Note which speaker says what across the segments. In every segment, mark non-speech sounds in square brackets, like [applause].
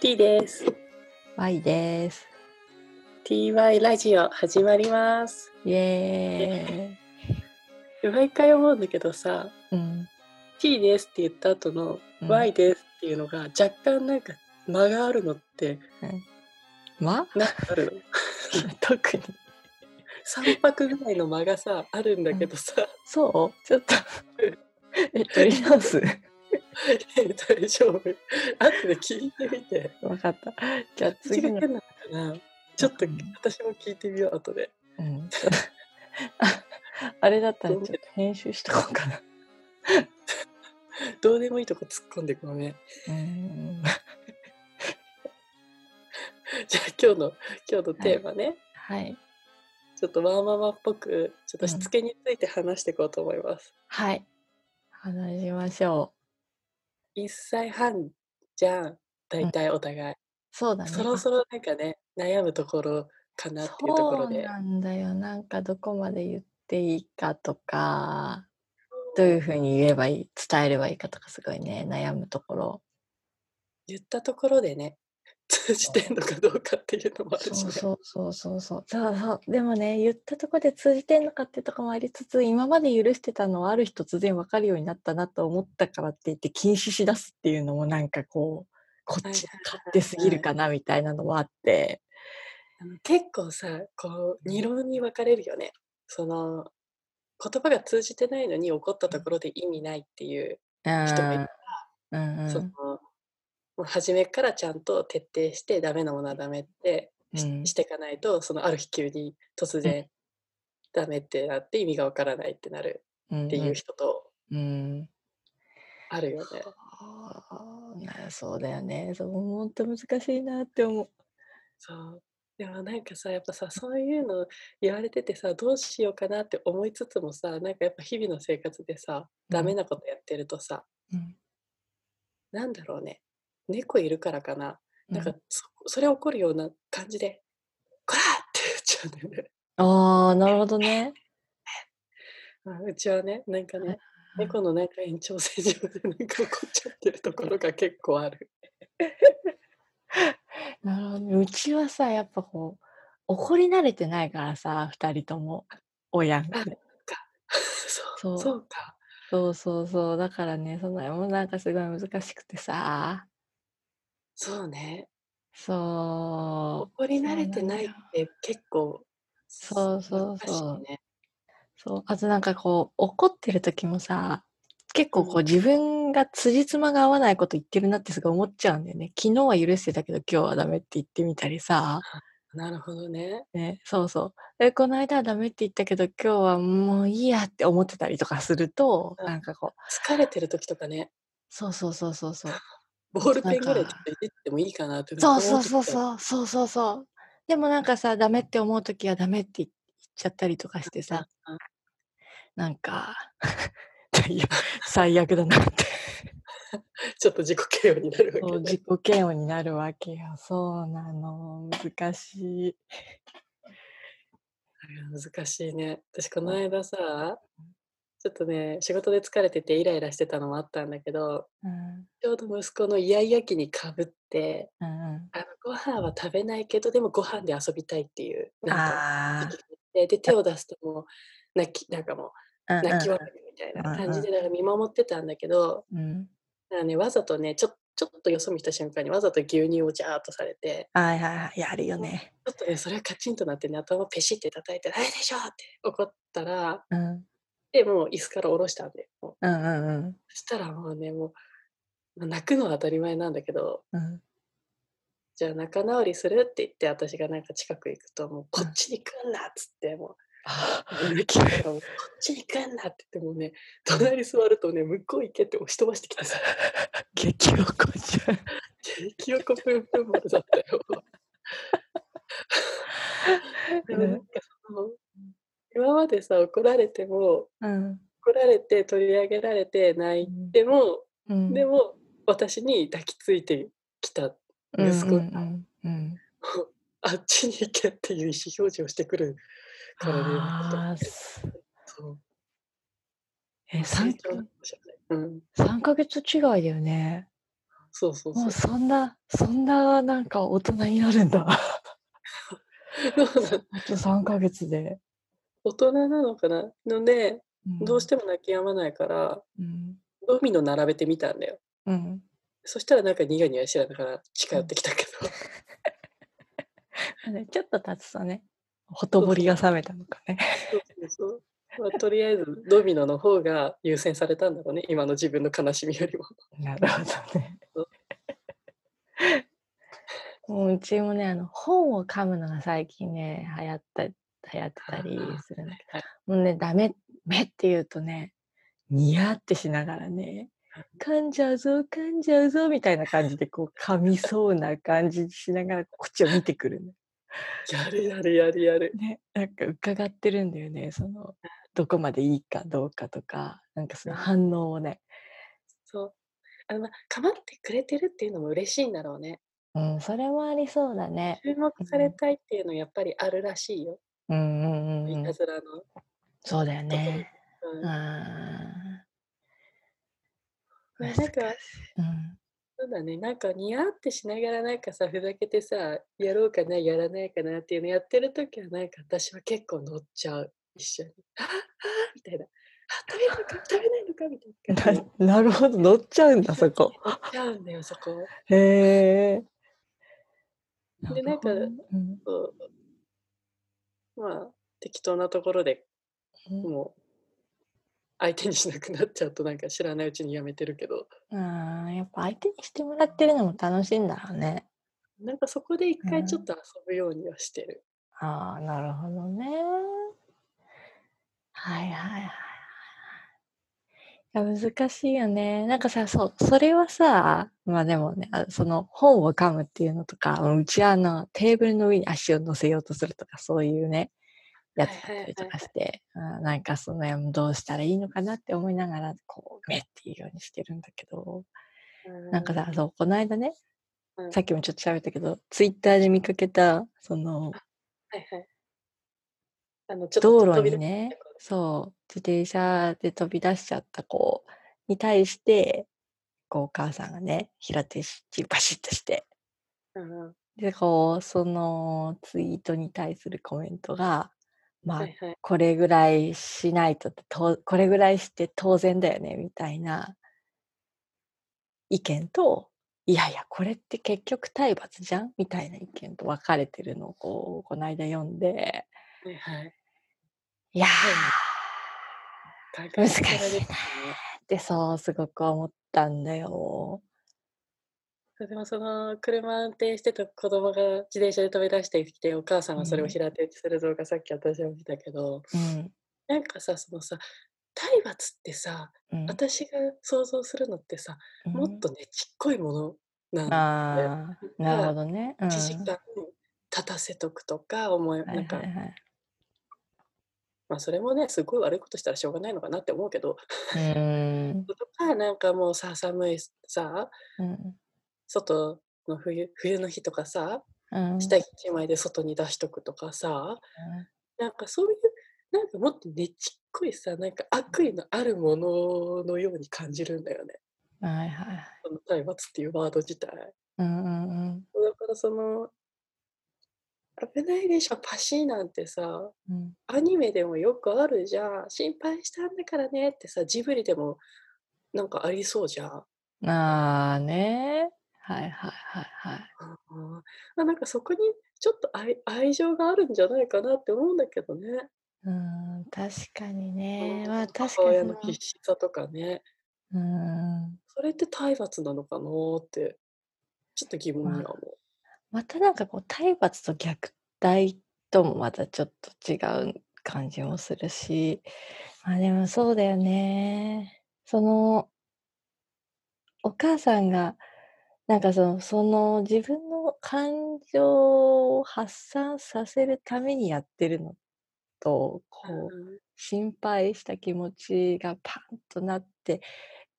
Speaker 1: T です。
Speaker 2: Y です。
Speaker 1: TY ラジオ始まります。
Speaker 2: イエ
Speaker 1: 毎回思うんだけどさ、
Speaker 2: ーイ。 [laughs] うん。
Speaker 1: T ですって言った後の
Speaker 2: うん
Speaker 1: Y ですっていうのが若干なんか間があるのって
Speaker 2: ま
Speaker 1: なんかある [laughs]
Speaker 2: 特に。
Speaker 1: の ?3 拍ぐらいの間がさ、あるんだけどさ、
Speaker 2: そうちょっと。 [laughs] え、取り直す。 [laughs]
Speaker 1: 大丈夫。後で聞いてみて。
Speaker 2: わかった。じゃあ
Speaker 1: 次
Speaker 2: 次
Speaker 1: が
Speaker 2: の。
Speaker 1: 変なのかなちょっと
Speaker 2: うん
Speaker 1: 私も聞いてみよう、後で。
Speaker 2: うん、ちょっとあ [laughs] あれだったらちょっと編集しとこうかな。
Speaker 1: どうでもいいとこ突っ込んでごめん。
Speaker 2: うん。
Speaker 1: じゃあ今日の、今日のテーマね。
Speaker 2: はい。
Speaker 1: ちょっとワーママっぽく、ちょっとしつけについて話していこうと思います。
Speaker 2: はい。話しましょう。
Speaker 1: 1歳半じゃん、大体お互い。
Speaker 2: そうだね。
Speaker 1: そろそろなんかね、悩むところかなっていうところ
Speaker 2: そう
Speaker 1: で。
Speaker 2: なんだよ。なんかどこまで言っていいかとか、どういうふうに言えばいい、伝えればいいかとかすごいね、悩むところ。
Speaker 1: 言ったところでね、通じてんのかどうかっていうのもあるし
Speaker 2: そう
Speaker 1: ね。
Speaker 2: そうそうそうそう。そうそう。でもね、言ったとこで通じてんのかってとこもありつつ、今まで許してたのはある日突然分かるようになったなと思ったからって言って禁止しだすっていうのもなんかこう、こっち勝手すぎるかなみたいなのもあって。
Speaker 1: あの結構さ、こう、二論に分かれるよね。その、言葉が通じてないのに怒ったところで意味ないっていう、
Speaker 2: うん
Speaker 1: 人もいる
Speaker 2: うんうん
Speaker 1: その、もう初めからちゃんと徹底してダメなものはダメってし
Speaker 2: うん
Speaker 1: していかないとそのある日急に突然ダメってなって意味がわからないってなる
Speaker 2: うん
Speaker 1: っていう人と
Speaker 2: うん
Speaker 1: あるよね。
Speaker 2: あーなそうだよね。そう本当難しいなって思う。
Speaker 1: そうでもなんかさやっぱさそういうの言われててさどうしようかなって思いつつもさなんかやっぱ日々の生活でさダメなことやってるとさ、
Speaker 2: うん
Speaker 1: なんだろうね猫いるからかななん
Speaker 2: う
Speaker 1: か
Speaker 2: ん
Speaker 1: そそれ怒るような感じで「こら!」って言っちゃうんだよね。
Speaker 2: ああなるほどね。
Speaker 1: まあうちはね、なんか
Speaker 2: はいは
Speaker 1: ね
Speaker 2: い、
Speaker 1: 猫のなんか延長線上でなんか怒っちゃってるところが結構ある。
Speaker 2: なるほどねうちはさやっぱこう怒り慣れてないからさ二人とも親がね。
Speaker 1: [laughs] そう、
Speaker 2: そ
Speaker 1: そううか。
Speaker 2: そうそうそうだからねそのもうなんかすごい難しくてさ
Speaker 1: そうね。
Speaker 2: そう
Speaker 1: 怒り慣れてない
Speaker 2: そうなんだ
Speaker 1: って結構、
Speaker 2: そうそうそう
Speaker 1: 難しいね。
Speaker 2: そうあとなんかこう怒ってる時もさ結構こう自分が辻褄が合わないこと言ってるなってすごい思っちゃうんだよね。昨日は許してたけど今日はダメって言ってみたりさ。
Speaker 1: なるほどね。
Speaker 2: ね、そうそう。え、この間はダメって言ったけど、今日はもういいやって思ってたりとかすると、
Speaker 1: うん
Speaker 2: なんかこう、
Speaker 1: 疲れてる時とかね、
Speaker 2: そうそうそうそうそう。
Speaker 1: ボールペンぐら
Speaker 2: なん
Speaker 1: い
Speaker 2: か
Speaker 1: ちょっといじってもいいかなって。
Speaker 2: そうそうそう
Speaker 1: う。
Speaker 2: そう、そうそうそう。でもなんかさ、ダメって思うときはダメって言っちゃったりとかしてさ
Speaker 1: うんうん、
Speaker 2: なん [laughs] か、最悪最悪だなって。 [laughs]
Speaker 1: ちょっと自己嫌悪になる
Speaker 2: そう
Speaker 1: わけ
Speaker 2: 自
Speaker 1: ね。
Speaker 2: 己嫌悪になるわけよ。そうなの。難しい。
Speaker 1: 難しいね。私、この間さ、ちょっとね、仕事で疲れててイライラしてたのもあったんだけど、
Speaker 2: うん。
Speaker 1: ちょうど息子のイヤイヤ期にかぶって、
Speaker 2: うん
Speaker 1: あのご飯は食べないけどでもご飯で遊びたいっていう
Speaker 2: うん。
Speaker 1: なんか
Speaker 2: あ
Speaker 1: 時期でで手を出すともう泣きなんかも
Speaker 2: あ。
Speaker 1: う泣き笑いみたいな感じでなんか見守ってたんだけど、
Speaker 2: うんうん。
Speaker 1: なんかね、わざとねちょちょっとよそ見した瞬間にわざと牛乳をジャーっとされて
Speaker 2: はいはいはい。やるよね。
Speaker 1: ちょっとねそれはカチンとなってね頭をペシって叩いて「あれでしょ!」って怒ったら
Speaker 2: うん。
Speaker 1: でもう椅子から下ろしたんでもう
Speaker 2: うんうん
Speaker 1: そしたらもうねもうまあ泣くのは当たり前なんだけど
Speaker 2: うん [laughs] うん。
Speaker 1: じゃあ仲直りするって言って私がなんか近く行くともうこっちに来んなっつってもう泣きながらもこっちに来んなって言ってもうね隣座るとね向こう行けって押し飛ばしてきてさ
Speaker 2: [laughs] 激おこじゃん。
Speaker 1: [laughs] 清子ぷんぷん丸だった
Speaker 2: [laughs]
Speaker 1: よ。でもなんかその今までさ怒られても
Speaker 2: うん。
Speaker 1: 怒られて取り上げられて泣いても、
Speaker 2: うん
Speaker 1: でも私に抱きついてきた
Speaker 2: うん
Speaker 1: 息子
Speaker 2: う
Speaker 1: が
Speaker 2: んうんうん。
Speaker 1: あっちに行けっていう意思表示をしてくるからね。
Speaker 2: あーす
Speaker 1: そう
Speaker 2: え、
Speaker 1: 成
Speaker 2: 三
Speaker 1: 長なのかもしれないうん
Speaker 2: 三ヶ月違いだよね。
Speaker 1: そうそう
Speaker 2: も
Speaker 1: そうう。
Speaker 2: そんなそんななんか大人になるんだ [laughs] あと3ヶ月で、
Speaker 1: 大人なのかなので、
Speaker 2: ん
Speaker 1: どうしても泣き止まないから、
Speaker 2: うん
Speaker 1: ドミノ並べてみたんだよ。
Speaker 2: うん
Speaker 1: そしたらなんかニヤニヤしながら近寄ってきたけ [laughs] ど、
Speaker 2: あれちょっと経つとねほとぼりが冷めたのかね
Speaker 1: そうそうそうまあとりあえずドミノの方が優先されたんだろうね、今の自分の悲しみよりも。 [laughs]
Speaker 2: なるほどね [laughs] もううちもねあの本を噛むのが最近ね流行った流行ってたりするんだけ
Speaker 1: はい
Speaker 2: どもうねダメめって言うとねニヤってしながらね噛んじゃうぞ噛んじゃうぞみたいな感じでこう噛みそうな感じしながらこっちを見てくるの
Speaker 1: やるやるやるやる。
Speaker 2: [laughs] ね、なんか伺ってるんだよね、その、どこまでいいかどうかとか、なんかその
Speaker 1: うん
Speaker 2: 反応をね。
Speaker 1: そう。あのまあ、構ってくれてるっていうのも嬉しいんだろうね。
Speaker 2: うん、それもありそうだね。
Speaker 1: 注目されたいっていうのやっぱりあるらしいよ。
Speaker 2: うんうんうん
Speaker 1: い
Speaker 2: うん
Speaker 1: た。ずらの。
Speaker 2: そうだよね。
Speaker 1: うん
Speaker 2: うん。難
Speaker 1: まあ
Speaker 2: し
Speaker 1: なんか
Speaker 2: うん。
Speaker 1: そうだね、なんかニヤってしながらなんかさふざけてさやろうかなやらないかなっていうのやってる時はなんか私は結構乗っちゃう一緒に [laughs] 「ああみたいな「あ食べるのか食べないのか」みたいな感じで
Speaker 2: [laughs] ななるほど、乗っちゃうんだ、そこ。
Speaker 1: 乗っちゃうんだよそこ
Speaker 2: へえ。
Speaker 1: でなんか
Speaker 2: るほどねうん
Speaker 1: そうまあ適当なところで
Speaker 2: うん
Speaker 1: もう相手にしなくなっちゃうとなんか知らないうちにやめてるけど
Speaker 2: あーやっぱ相手にしてもらってるのも楽しいんだろうね。
Speaker 1: なんかそこで一
Speaker 2: う
Speaker 1: 回
Speaker 2: ん
Speaker 1: ちょっと遊ぶようにはしてる、
Speaker 2: ああ、なるほどね。はいはいはいはい。いや難しいよね。なんかさ、そう、それはさ、まあでもね、あその本を噛むっていうのとか、うんうちはあのテーブルの上に足を乗せようとするとか、そういうね、やつだったりとかして、うんなんかその辺もどうしたらいいのかなって思いながら、こう、目っていうようにしてるんだけど、なんかさ、そう、この間ね
Speaker 1: う、ん
Speaker 2: さっきもちょっと喋ったけど、ツイッターで見かけた、その、
Speaker 1: はいはいあのちょっと
Speaker 2: 道路
Speaker 1: 扉
Speaker 2: にね、そう、自転車で飛び出しちゃった子に対して、こう、お母さんがね、平手しバシッとして、
Speaker 1: うんうん
Speaker 2: で、こう、そのツイートに対するコメントが、ま
Speaker 1: は
Speaker 2: あ
Speaker 1: い、はい
Speaker 2: これぐらいしないとと、これぐらいして当然だよね、みたいな意見と、いやいや、これって結局体罰じゃんみたいな意見と分かれてるのを、こう、この間読んで、
Speaker 1: はいはい。
Speaker 2: いやー、
Speaker 1: 感覚的な
Speaker 2: 難しいね
Speaker 1: ですね
Speaker 2: ってそうすごく思ったんだよ。
Speaker 1: でもその車運転してた子供が自転車で飛び出してきてお母さんがそれを
Speaker 2: うん
Speaker 1: 平手打ちする動画さっき私は見たけど、
Speaker 2: うん
Speaker 1: なんかさそのさ体罰ってさ
Speaker 2: うん
Speaker 1: 私が想像するのってさ、
Speaker 2: うん
Speaker 1: もっとねちっこいものなんだ
Speaker 2: ああなるほどね。うん、
Speaker 1: 1時間立たせとくとか思い、
Speaker 2: はい
Speaker 1: なんか、
Speaker 2: はいはい
Speaker 1: まあそれもねすごい悪いことしたらしょうがないのかなって思うけど
Speaker 2: うーん
Speaker 1: とかなんかもうさ寒いさ
Speaker 2: うん
Speaker 1: 外の冬冬の日とかさ
Speaker 2: うん
Speaker 1: 下着一枚で外に出しとくとかさなんかそういうなんかもっとねちっこいさなんか悪意のあるもののように感じるんだよね
Speaker 2: はいはい
Speaker 1: その体罰っていうワード自体だ
Speaker 2: うんうんうん
Speaker 1: からその危ないでしょパシーなんてさ
Speaker 2: うん
Speaker 1: アニメでもよくあるじゃん心配したんだからねってさジブリでもなんかありそうじゃん
Speaker 2: ああねはいはいはいはい。
Speaker 1: うんまあ、なんかそこにちょっと愛愛情があるんじゃないかなって思うんだけどね。
Speaker 2: うん確かにね。
Speaker 1: うん
Speaker 2: まあ
Speaker 1: 母
Speaker 2: 確かに
Speaker 1: 親
Speaker 2: そ
Speaker 1: の
Speaker 2: の
Speaker 1: 必死さとかね。
Speaker 2: うん
Speaker 1: それって体罰なのかなーって、ちょっと疑問には思う。
Speaker 2: またなんかこう体罰と虐待ともまたちょっと違う感じもするしまあでもそうだよねそのお母さんがなんかそのその自分の感情を発散させるためにやってるのとこう
Speaker 1: うん
Speaker 2: 心配した気持ちがパンとなって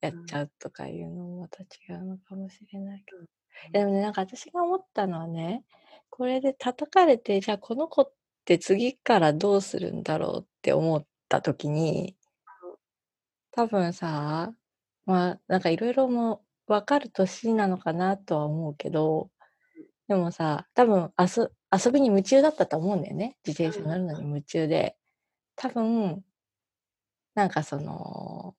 Speaker 2: やっちゃうとかいうのもまた違うのかもしれないけど。いやでもね、なんか私が思ったのはね、これで叩かれて、じゃあこの子って次からどうするんだろうって思った時に、多分さ、まあなんかいろいろも分かる年なのかなとは思うけどでもさ多分遊遊びに夢中だったと思うんだよね自転車乗るのに夢中で多分なんかその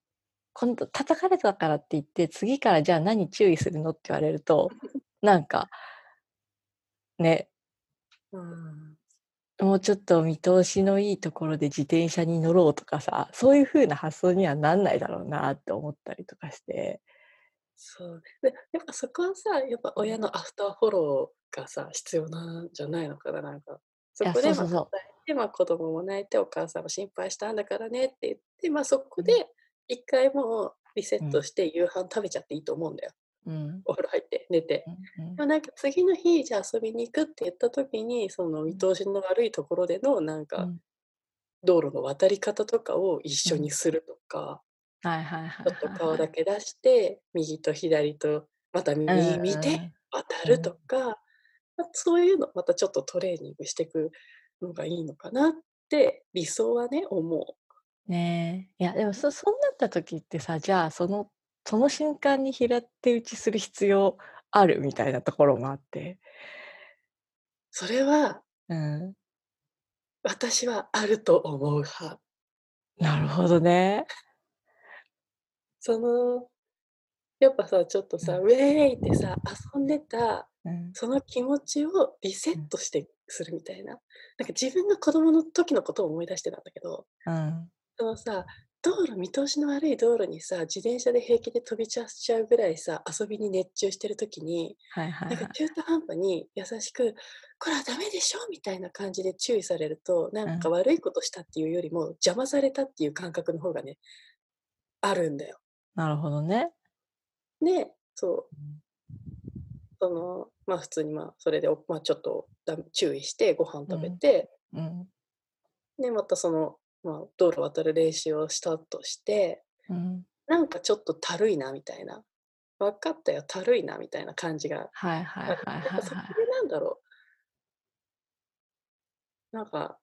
Speaker 2: 今度叩かれたからって言って次からじゃあ何注意するのって言われるとなんかね
Speaker 1: うん
Speaker 2: もうちょっと見通しのいいところで自転車に乗ろうとかさそういう風な発想にはなんないだろうなって思ったりとかして
Speaker 1: そうでやっぱそこはさやっぱ親のアフターフォローがさ必要なんじゃないのかななんかそ
Speaker 2: いや
Speaker 1: こで
Speaker 2: そうそうそう
Speaker 1: まあ伝えてまあ、子供も泣いてお母さんも心配したんだからねって言って、まあ、そこで一回もうリセットして夕飯食べちゃっていいと思うんだよ、
Speaker 2: うん
Speaker 1: [laughs] お風呂入って寝て。
Speaker 2: うんうん
Speaker 1: でもなんか次の日じゃあ遊びに行くって言った時にその見通しの悪いところでのなん
Speaker 2: う
Speaker 1: か
Speaker 2: ん
Speaker 1: 道路の渡り方とかを一緒にするとか、
Speaker 2: はいはいはい
Speaker 1: ちょっと顔だけ出して、右と左と、また
Speaker 2: はいはい
Speaker 1: 右見
Speaker 2: うんうんう
Speaker 1: て
Speaker 2: ん
Speaker 1: 渡るとか、まあそういうの、またちょっとトレーニングしていくのがいいのかなって、理想はね、思
Speaker 2: ねえいやでもそそうなった時ってさじゃあそのその瞬間に平手打ちする必要あるみたいなところもあって、
Speaker 1: う。それは、
Speaker 2: うん、
Speaker 1: 私はあると思う派。
Speaker 2: なるほどね。
Speaker 1: その、やっぱさ、ちょっとさ、
Speaker 2: う
Speaker 1: ウェーイってさ、遊んでた、
Speaker 2: うん
Speaker 1: その気持ちをリセットしてするみたいな。なんか自分の子供の時のことを思い出してたんだけど、
Speaker 2: うん
Speaker 1: そのさ、道路、見通しの悪い道路にさ、自転車で平気で飛び散らしちゃうぐらいさ、遊びに熱中してるときに、
Speaker 2: はいはい
Speaker 1: なん
Speaker 2: は
Speaker 1: か
Speaker 2: い
Speaker 1: 中途半端に優しく、これはダメでしょみたいな感じで注意されると、なんか悪いことしたっていうよりも、邪魔されたっていう感覚の方がね、あるんだよ。
Speaker 2: なるほどね。
Speaker 1: で、そうう、その、まあ普通にまあ、それでお、まあちょっとだ注意して、ご飯食べ
Speaker 2: うん
Speaker 1: て、
Speaker 2: うん
Speaker 1: で、またその、まあ道路渡る練習をしたとして、
Speaker 2: うん、
Speaker 1: なんかちょっとたるいなみたいな。分かったよ、たるいなみたいな感じが。
Speaker 2: はいはいはい
Speaker 1: なん
Speaker 2: はい
Speaker 1: かそこでなんだろう。なんか、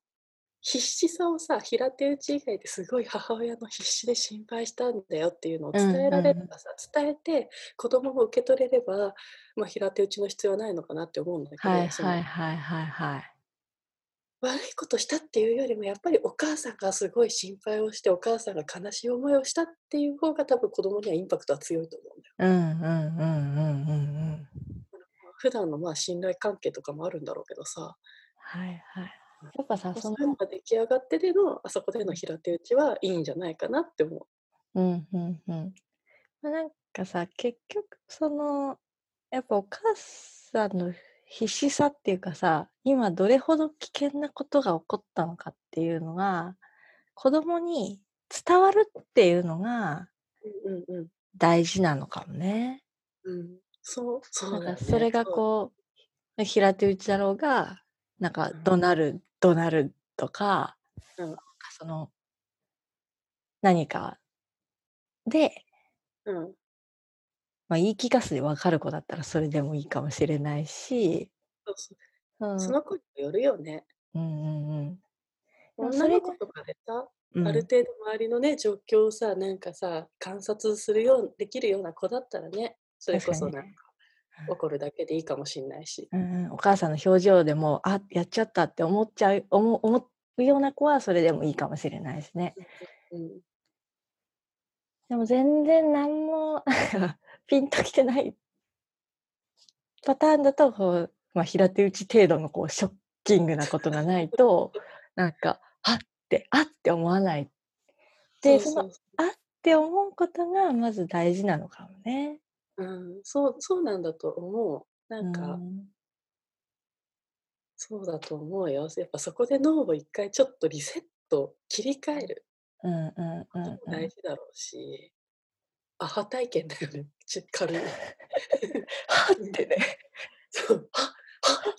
Speaker 1: 必死さをさ、平手打ち以外ですごい母親の必死で心配したんだよっていうのを伝えられればさ、伝えて子供も受け取れれば、まあ、平手打ちの必要はないのかなって思うんだけど、
Speaker 2: はい
Speaker 1: その
Speaker 2: はいはいはいはい。
Speaker 1: 悪いことしたっていうよりもやっぱりお母さんがすごい心配をしてお母さんが悲しい思いをしたっていう方が多分子供にはインパクトは強いと思うんだよ
Speaker 2: うんうんうんうんうんうん。
Speaker 1: 普段のまあ信頼関係とかもあるんだろうけどさ
Speaker 2: はいはい。やっぱさ
Speaker 1: そ
Speaker 2: そうの
Speaker 1: いうのが出来上がってでのあそこでの平手打ちはいいんじゃないかなって思う。
Speaker 2: うんうんうん。まあなんかさ結局そのやっぱお母さんの必死さっていうかさ今どれほど危険なことが起こったのかっていうのが子供に伝わるっていうのが
Speaker 1: うんうん
Speaker 2: 大事なのかもね。
Speaker 1: うんうん、そうそう
Speaker 2: なん
Speaker 1: だよ
Speaker 2: か
Speaker 1: ね
Speaker 2: それが
Speaker 1: そう
Speaker 2: こう平手打ちだろうがなんか
Speaker 1: うん
Speaker 2: 怒鳴る怒鳴るとか、
Speaker 1: うん
Speaker 2: なんかその何かで、
Speaker 1: う、ん、
Speaker 2: まあ、言い聞かせで分かる子だったらそれでもいいかもしれないし、
Speaker 1: そうそう
Speaker 2: うん、
Speaker 1: その子にもよるよね。
Speaker 2: うんうんうんでもそ
Speaker 1: 女
Speaker 2: れ
Speaker 1: の
Speaker 2: で
Speaker 1: 子とかでさ、
Speaker 2: うん
Speaker 1: ある程度周りのね状況をさなんかさ観察するようできるような子だったらねそれこそ
Speaker 2: 確か
Speaker 1: な
Speaker 2: に
Speaker 1: ん
Speaker 2: ね
Speaker 1: か怒るだけでいいかもしんないし。
Speaker 2: うんうんお母さんの表情でもうあやっちゃったって思っちゃう思う思うような子はそれでもいいかもしれないしね。
Speaker 1: うん
Speaker 2: でも全然何も [laughs] ピンときてないパターンだとこう、まあ、平手打ち程度のこうショッキングなことがな
Speaker 1: [laughs]
Speaker 2: いとなんかあってあって思わないで
Speaker 1: そう
Speaker 2: その
Speaker 1: そう
Speaker 2: あって思うことがまず大事なのかもね。
Speaker 1: うん、そうそうなんだと思う。なんか、
Speaker 2: うん
Speaker 1: そうだと思うよ。やっぱそこで脳を一回ちょっとリセット、切り替える
Speaker 2: うんうんう
Speaker 1: こ
Speaker 2: ん
Speaker 1: とも
Speaker 2: う
Speaker 1: 大
Speaker 2: ん、
Speaker 1: 事だろうし、アハ体験だよね。 [laughs] ち軽い。
Speaker 2: はってね [laughs]
Speaker 1: そうはは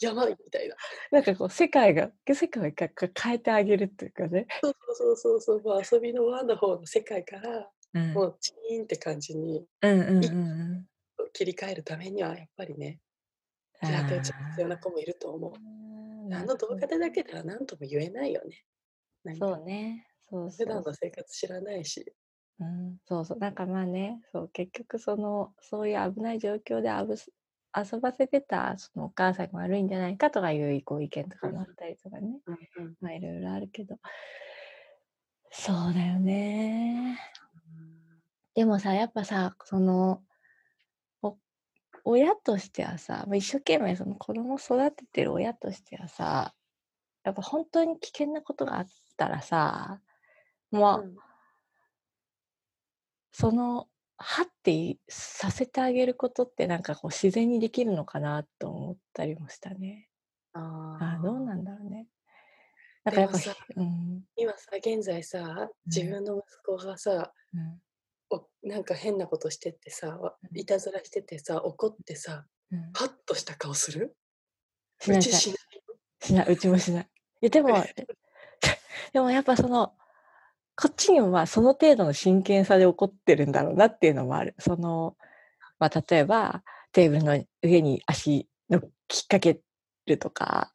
Speaker 1: やばいみたいな。
Speaker 2: なんかこう世界が世界を一回変えてあげるっていうかね、
Speaker 1: そうそうそうそうそう、もう遊びのワンダホーの世界から、
Speaker 2: うん、
Speaker 1: もうチーンって感じに
Speaker 2: うんうんうんうん
Speaker 1: 切り替えるためには、やっぱりね、
Speaker 2: あ
Speaker 1: 平手打ちが必要
Speaker 2: ー
Speaker 1: な子もいると思う。
Speaker 2: な
Speaker 1: あ
Speaker 2: る
Speaker 1: の
Speaker 2: ほ
Speaker 1: 動
Speaker 2: ど
Speaker 1: 画でだけでは何とも言えないよね。なん
Speaker 2: そ
Speaker 1: か
Speaker 2: うね。そうそ
Speaker 1: 普
Speaker 2: う
Speaker 1: 段の生活知らないし。
Speaker 2: うん、そうそう、なんかまあね、そう、結局その、そういう危ない状況であぶす遊ばせてたそのお母さんが悪いんじゃないかとかいうご意見とかもあったりとかね、
Speaker 1: うんうん、
Speaker 2: まあいろいろあるけど、そうだよね。でもさ、やっぱさ、その、お親としてはさ、まあ一生懸命その子供を育ててる親としてはさ、やっぱ本当に危険なことがあったらさ、もう、
Speaker 1: うん
Speaker 2: そのはってさせてあげることってなんかこう自然にできるのかなと思ったりもしたね。
Speaker 1: あ
Speaker 2: あ
Speaker 1: ー
Speaker 2: どうなんだろうね。なんかやっぱ
Speaker 1: でもさ
Speaker 2: うん
Speaker 1: 今さ現在さ自分の息子がさ、
Speaker 2: うん
Speaker 1: おなんか変なことしてってさわ
Speaker 2: うん
Speaker 1: いたずらしててさ怒ってさ
Speaker 2: うん、
Speaker 1: ハッとした顔する
Speaker 2: し
Speaker 1: う
Speaker 2: ない
Speaker 1: ち
Speaker 2: し
Speaker 1: し
Speaker 2: な
Speaker 1: な
Speaker 2: いしないうちもしない。いや
Speaker 1: [laughs]
Speaker 2: でもでもやっぱそのこっちにもまあその程度の真剣さで怒ってるんだろうなっていうのもある。そのまあ、例えばテーブルの上に足の引っ掛けるとか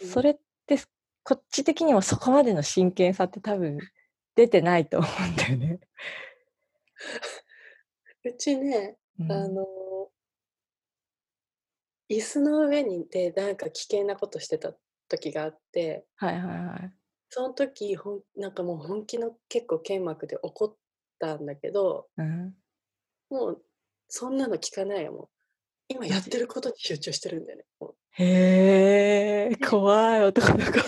Speaker 1: うん
Speaker 2: それってこっち的にもそこまでの真剣さって多分出てないと思うんだよね。
Speaker 1: いうん、ちね
Speaker 2: うん
Speaker 1: あの椅子の上にでなんか危険なことしてた時があって
Speaker 2: はいはいはい。
Speaker 1: その時ほんなんかもう本気の結構剣幕で怒ったんだけど
Speaker 2: うん、
Speaker 1: もうそんなの聞かないよもう今やってることに集中してるんだよねもう
Speaker 2: へえ怖い男の子。
Speaker 1: から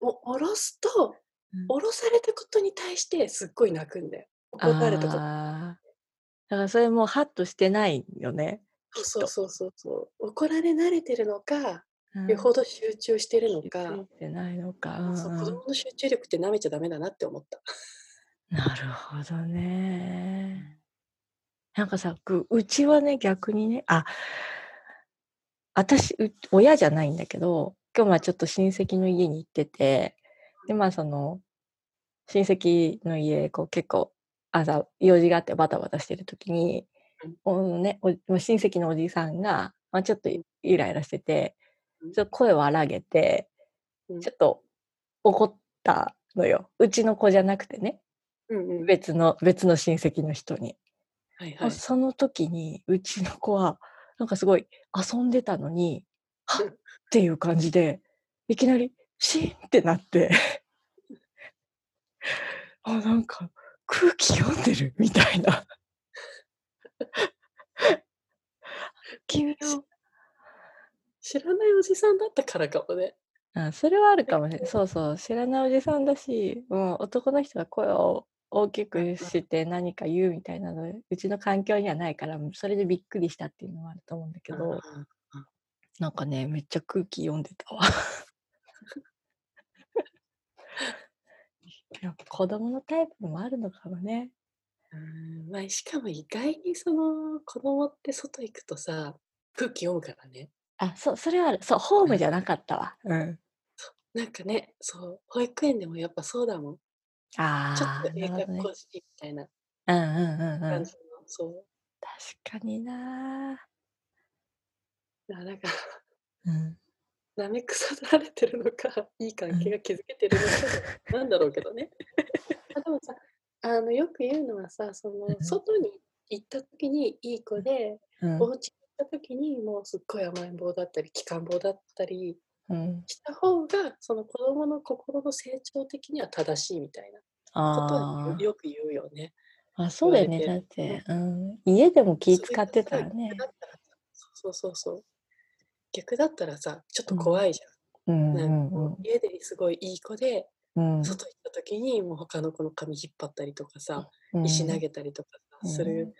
Speaker 1: もう下ろすと
Speaker 2: うん
Speaker 1: 下ろされたことに対してすっごい泣くんだよ
Speaker 2: あ
Speaker 1: 怒
Speaker 2: あ
Speaker 1: られたこと
Speaker 2: だからそれもうハッとしてないよね。
Speaker 1: そうそうそうそう怒られ慣れてるのか、
Speaker 2: うん
Speaker 1: よほど集中してるの
Speaker 2: 気
Speaker 1: か、
Speaker 2: づいてないのか。
Speaker 1: そう
Speaker 2: うん
Speaker 1: 子
Speaker 2: うん
Speaker 1: 供の集中力って舐めちゃダメだなって思った。 [laughs]
Speaker 2: なるほどね。なんかさ、ぐうちはね、逆にね、あ、私、う親じゃないんだけど、今日まあちょっと親戚の家に行ってて、で、まあその、親戚の家、こう結構、朝、用事があってバタバタしてる時に、おね、おまあ親戚のおじさんが、まあ、ちょっとイイライラしてて
Speaker 1: うん、
Speaker 2: ちょっと声を荒げて
Speaker 1: う、ん
Speaker 2: ちょっと怒ったのよ。うちの子じゃなくてね。
Speaker 1: うんうん、
Speaker 2: 別の別の親戚の人に、
Speaker 1: はいはい。
Speaker 2: その時にうちの子はなんかすごい遊んでたのには
Speaker 1: う
Speaker 2: っ
Speaker 1: ん
Speaker 2: っていう感じでいきなりシーンってなって
Speaker 1: [laughs]
Speaker 2: あなんか空気読んでるみたいな [laughs] 君の
Speaker 1: 知らないおじさんだったからかもね。
Speaker 2: あそれはあるかもしれない。そうそう、知らないおじさんだし、もう男の人が声を大きくして何か言うみたいなの、うちの環境にはないから、それでびっくりしたっていうのはあると思うんだけど、
Speaker 1: あ
Speaker 2: なんかね、めっちゃ空気読んでた [laughs] わ。やっぱ子供のタイプもあるのかもね。
Speaker 1: ーうんまあ、しかも意外にその子供って外行くとさ空気読むからね。
Speaker 2: あ、そう、そ [laughs] れはある。そう、ホームじゃなかったわ。うん。
Speaker 1: なんかねそう保育園でもやっぱそうだもん。
Speaker 2: あ
Speaker 1: ちょっ
Speaker 2: あ
Speaker 1: と、
Speaker 2: な
Speaker 1: 英
Speaker 2: るほど
Speaker 1: 学
Speaker 2: ね
Speaker 1: 講師みたいな
Speaker 2: うんうんうんう
Speaker 1: 感
Speaker 2: ん。
Speaker 1: じの、そ
Speaker 2: 確かにな。
Speaker 1: うなんか
Speaker 2: うん。
Speaker 1: 舐めくさられてるのかいい関係が築けてるのかなんだろうけど
Speaker 2: [laughs]
Speaker 1: ね。あでもさあのよく言うのはさその
Speaker 2: うん
Speaker 1: 外に行った時にいい子で、
Speaker 2: うん
Speaker 1: お家に行った時にもうすっごい甘えん坊だったり機関坊だったり
Speaker 2: うん。
Speaker 1: した方がその子供の心の成長的には正しいみたいなこと
Speaker 2: あ
Speaker 1: は
Speaker 2: あ。
Speaker 1: よく言うよね。
Speaker 2: あそうだよね
Speaker 1: 言
Speaker 2: だ
Speaker 1: わ
Speaker 2: っ
Speaker 1: れて
Speaker 2: て、うん、家でも気使ってたらね
Speaker 1: それがさ逆だったらさそうそうそうそう逆だったらさちょっと怖いじゃん。
Speaker 2: うんう
Speaker 1: なんかこ
Speaker 2: ん
Speaker 1: う家ですごいいい子で
Speaker 2: うん
Speaker 1: 外行った時にもう他の子の髪引っ張ったりとかさ、
Speaker 2: うん
Speaker 1: 石投げたりとかさする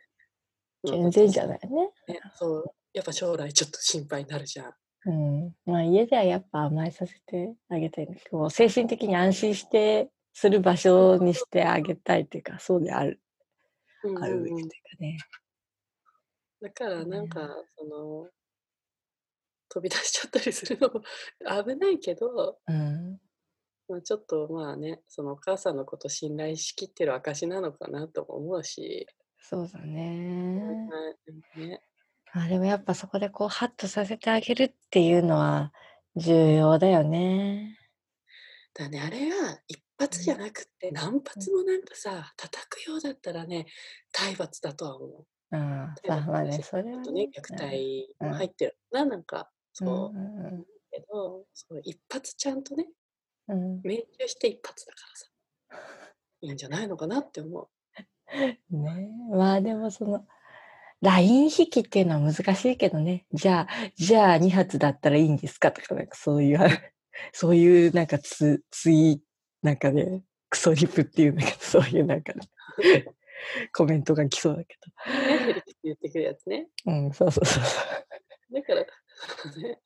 Speaker 2: う
Speaker 1: の
Speaker 2: ん
Speaker 1: だ
Speaker 2: 健
Speaker 1: と
Speaker 2: 全じゃないね、
Speaker 1: ねそうやっぱ将来ちょっと心配になるじゃん。
Speaker 2: うん、まあ家ではやっぱ甘えさせてあげたいんですけど精神的に安心してする場所にしてあげたいっていうかそうである
Speaker 1: うんうん
Speaker 2: あるべ
Speaker 1: う
Speaker 2: き
Speaker 1: ん
Speaker 2: というかね、
Speaker 1: だからなんか、
Speaker 2: ね
Speaker 1: その飛び出しちゃったりするのも [laughs] 危ないけど、
Speaker 2: うん、
Speaker 1: まあ、ちょっとまあねそのお母さんのこと信頼しきってる証なのかなとも思うし、
Speaker 2: そうだ
Speaker 1: うん
Speaker 2: ね
Speaker 1: まあね
Speaker 2: あでもやっぱそこでこうハッとさせてあげるっていうのは重要だよね
Speaker 1: だねあれが一発じゃなくって、何発もなんかさ、叩くようだったらね、体罰だとは思う。
Speaker 2: うん。
Speaker 1: 体
Speaker 2: まあ
Speaker 1: 罰
Speaker 2: ま
Speaker 1: だ
Speaker 2: あね、
Speaker 1: し
Speaker 2: それ
Speaker 1: ちょ
Speaker 2: は
Speaker 1: っとね
Speaker 2: ね。、
Speaker 1: 虐待も入ってるな、なんか、そうう。
Speaker 2: ん。
Speaker 1: けど、そう一発ちゃんとね、
Speaker 2: うんうん。
Speaker 1: 命中して一発だからさ、いいんじゃないのかなって思う。
Speaker 2: うんね。まあでもその、ライン引きっていうのは難しいけどね。じゃあ、じゃあ2発だったらいいんですかとか、なんかそういうあ、 [laughs] そういうなんかつ、つい、なんかね、クソリプっていうのか、そういうなんかね、 [laughs] コメントが来そうだけ
Speaker 1: ね、ヘリクって言ってくるやつね。
Speaker 2: ど。うん、そうそうそうそう。
Speaker 1: だから、 [laughs] ね。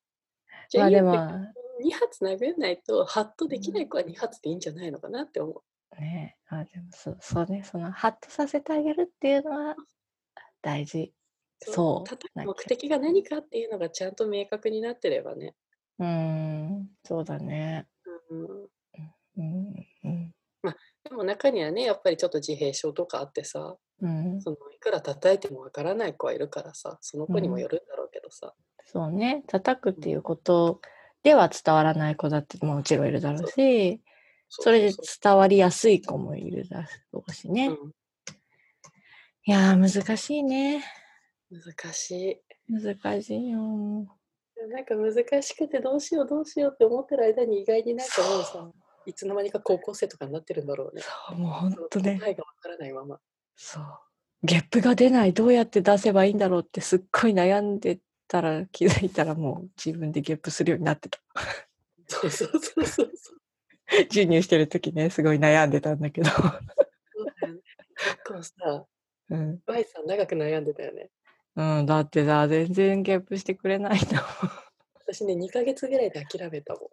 Speaker 1: じ
Speaker 2: ま
Speaker 1: ゃあ、
Speaker 2: あ
Speaker 1: いい
Speaker 2: で
Speaker 1: んだ
Speaker 2: も
Speaker 1: けど、2発殴んないと、ハッとできない子は2発でいいんじゃないのかなって思う。
Speaker 2: ねえ、あでもそうそうね、そのハッとさせてあげるっていうのは大事。そう。
Speaker 1: 叩く
Speaker 2: なんか
Speaker 1: 目的が何かっていうのがちゃんと明確になってればね。
Speaker 2: うーん、そうだね。
Speaker 1: うん、
Speaker 2: うん、うん、
Speaker 1: でも中にはね、やっぱりちょっと自閉症とかあってさ、
Speaker 2: うん、
Speaker 1: そのいくら叩いてもわからない子はいるからさ、その子にもよるんだろうけどさ。
Speaker 2: そうね、叩くっていうことでは伝わらない子だってもちろんいるだろうし、それで
Speaker 1: う
Speaker 2: 伝わりやすい子もいるだろうしね。
Speaker 1: う
Speaker 2: いやー、難しいね。
Speaker 1: うん、難しい。
Speaker 2: 難しいよ。
Speaker 1: なんか難しくてどうしようどうしようって思ってる間に意外になんかもう
Speaker 2: そ
Speaker 1: さいつの間にか高校生とかになってるんだろうね。
Speaker 2: そう、もう本当
Speaker 1: その
Speaker 2: ね。
Speaker 1: 答えがわからないまま。
Speaker 2: そう。ゲップが出ない、どうやって出せばいいんだろうってすっごい悩んでたら気づいたらもう自分でゲップするようになってた。 [laughs]
Speaker 1: そうそうそうそうそう。
Speaker 2: 授乳してる時ね、すごい悩んでたんだけど。
Speaker 1: そうだよね結構さ、
Speaker 2: うん、
Speaker 1: Y さん長く悩んでたよね。
Speaker 2: うん、だってさ、全然ゲップしてくれないの。
Speaker 1: 私ね、2ヶ月ぐらいで諦めたもん。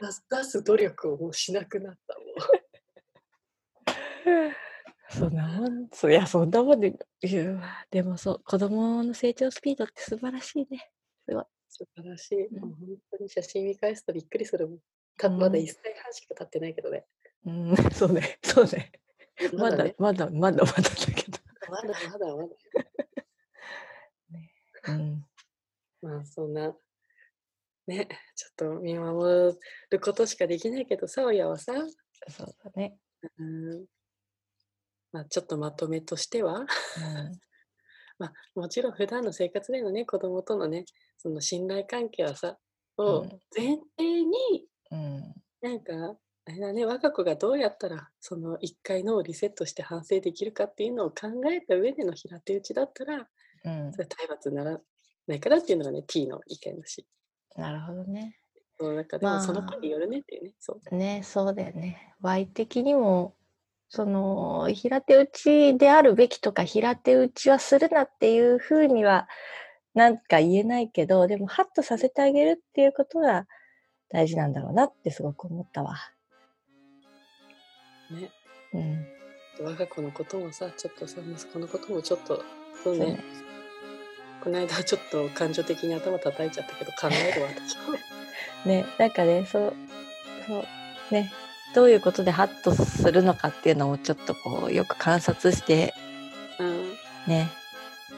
Speaker 1: 出す出す努力をもうしなくなったもん。
Speaker 2: [laughs] そんなもん、そういや、そんなもんで、いやでもそう、子供の成長スピードって素晴らしいね。
Speaker 1: 素晴らしい。
Speaker 2: ん
Speaker 1: もう本当に写真見返すとびっくりするもん。たまだ1歳半しか経ってないけど [laughs] ね。
Speaker 2: うん、 [laughs] そうね、そうね。まだ
Speaker 1: ね、
Speaker 2: まだ、まだ、まだだけど。 [laughs]
Speaker 1: まだまだまだ。
Speaker 2: うん、
Speaker 1: まあそんな、ね、ちょっと見守ることしかできないけどさ、親はさ、
Speaker 2: そうだね。
Speaker 1: うんまあ、ちょっとまとめとしては、 [laughs]
Speaker 2: うん、
Speaker 1: まあ、もちろん普段の生活でのね、子供とのね、その信頼関係はさ、を前提に、
Speaker 2: うん、
Speaker 1: なんか、あれだね、我が子がどうやったら、その一回脳をリセットして反省できるかっていうのを考えた上での平手打ちだったら、
Speaker 2: うん
Speaker 1: そ、れは体罰にならないからっていうのがね、T の意見だし。
Speaker 2: なるほどね。
Speaker 1: その中でもその
Speaker 2: ま
Speaker 1: 子
Speaker 2: あ
Speaker 1: によるねっていうね、そう。
Speaker 2: ねそうだよね。Y 的にもその平手打ちであるべきとか平手打ちはするなっていうふうにはなんか言えないけどでもハッとさせてあげるっていうことが大事なんだろうなってすごく思ったわ。
Speaker 1: ね、
Speaker 2: うん、
Speaker 1: 我が子のこともさちょっとさ息子のこともちょっとそう
Speaker 2: そう
Speaker 1: ね
Speaker 2: ね
Speaker 1: この間はちょっと感情的に頭叩いちゃったけど考える
Speaker 2: [laughs]
Speaker 1: わ私も
Speaker 2: ねなんかねそうそうねどういうことでハッとするのかっていうのをちょっとこうよく観察して
Speaker 1: うん
Speaker 2: ね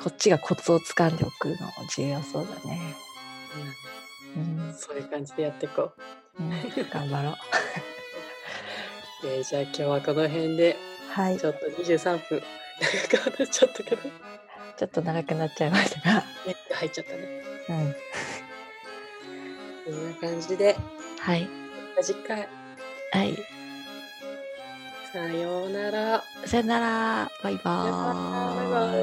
Speaker 2: こっちがコツをつかんでおくのも重要そうだね。うん
Speaker 1: そういう感じでやっていこ
Speaker 2: うん、 [laughs] 頑張ろう。
Speaker 1: う、えーじゃあ今日はこの辺で
Speaker 2: はい、ち
Speaker 1: ちょっと23分長く話しちゃったけど
Speaker 2: ょっと長くなっちゃいましたが、
Speaker 1: ネット入っちゃったね
Speaker 2: うん、
Speaker 1: こんな感じで
Speaker 2: はい、
Speaker 1: また次回
Speaker 2: はい、
Speaker 1: さようなら
Speaker 2: さよなら、バイバーイ。
Speaker 1: バイバイ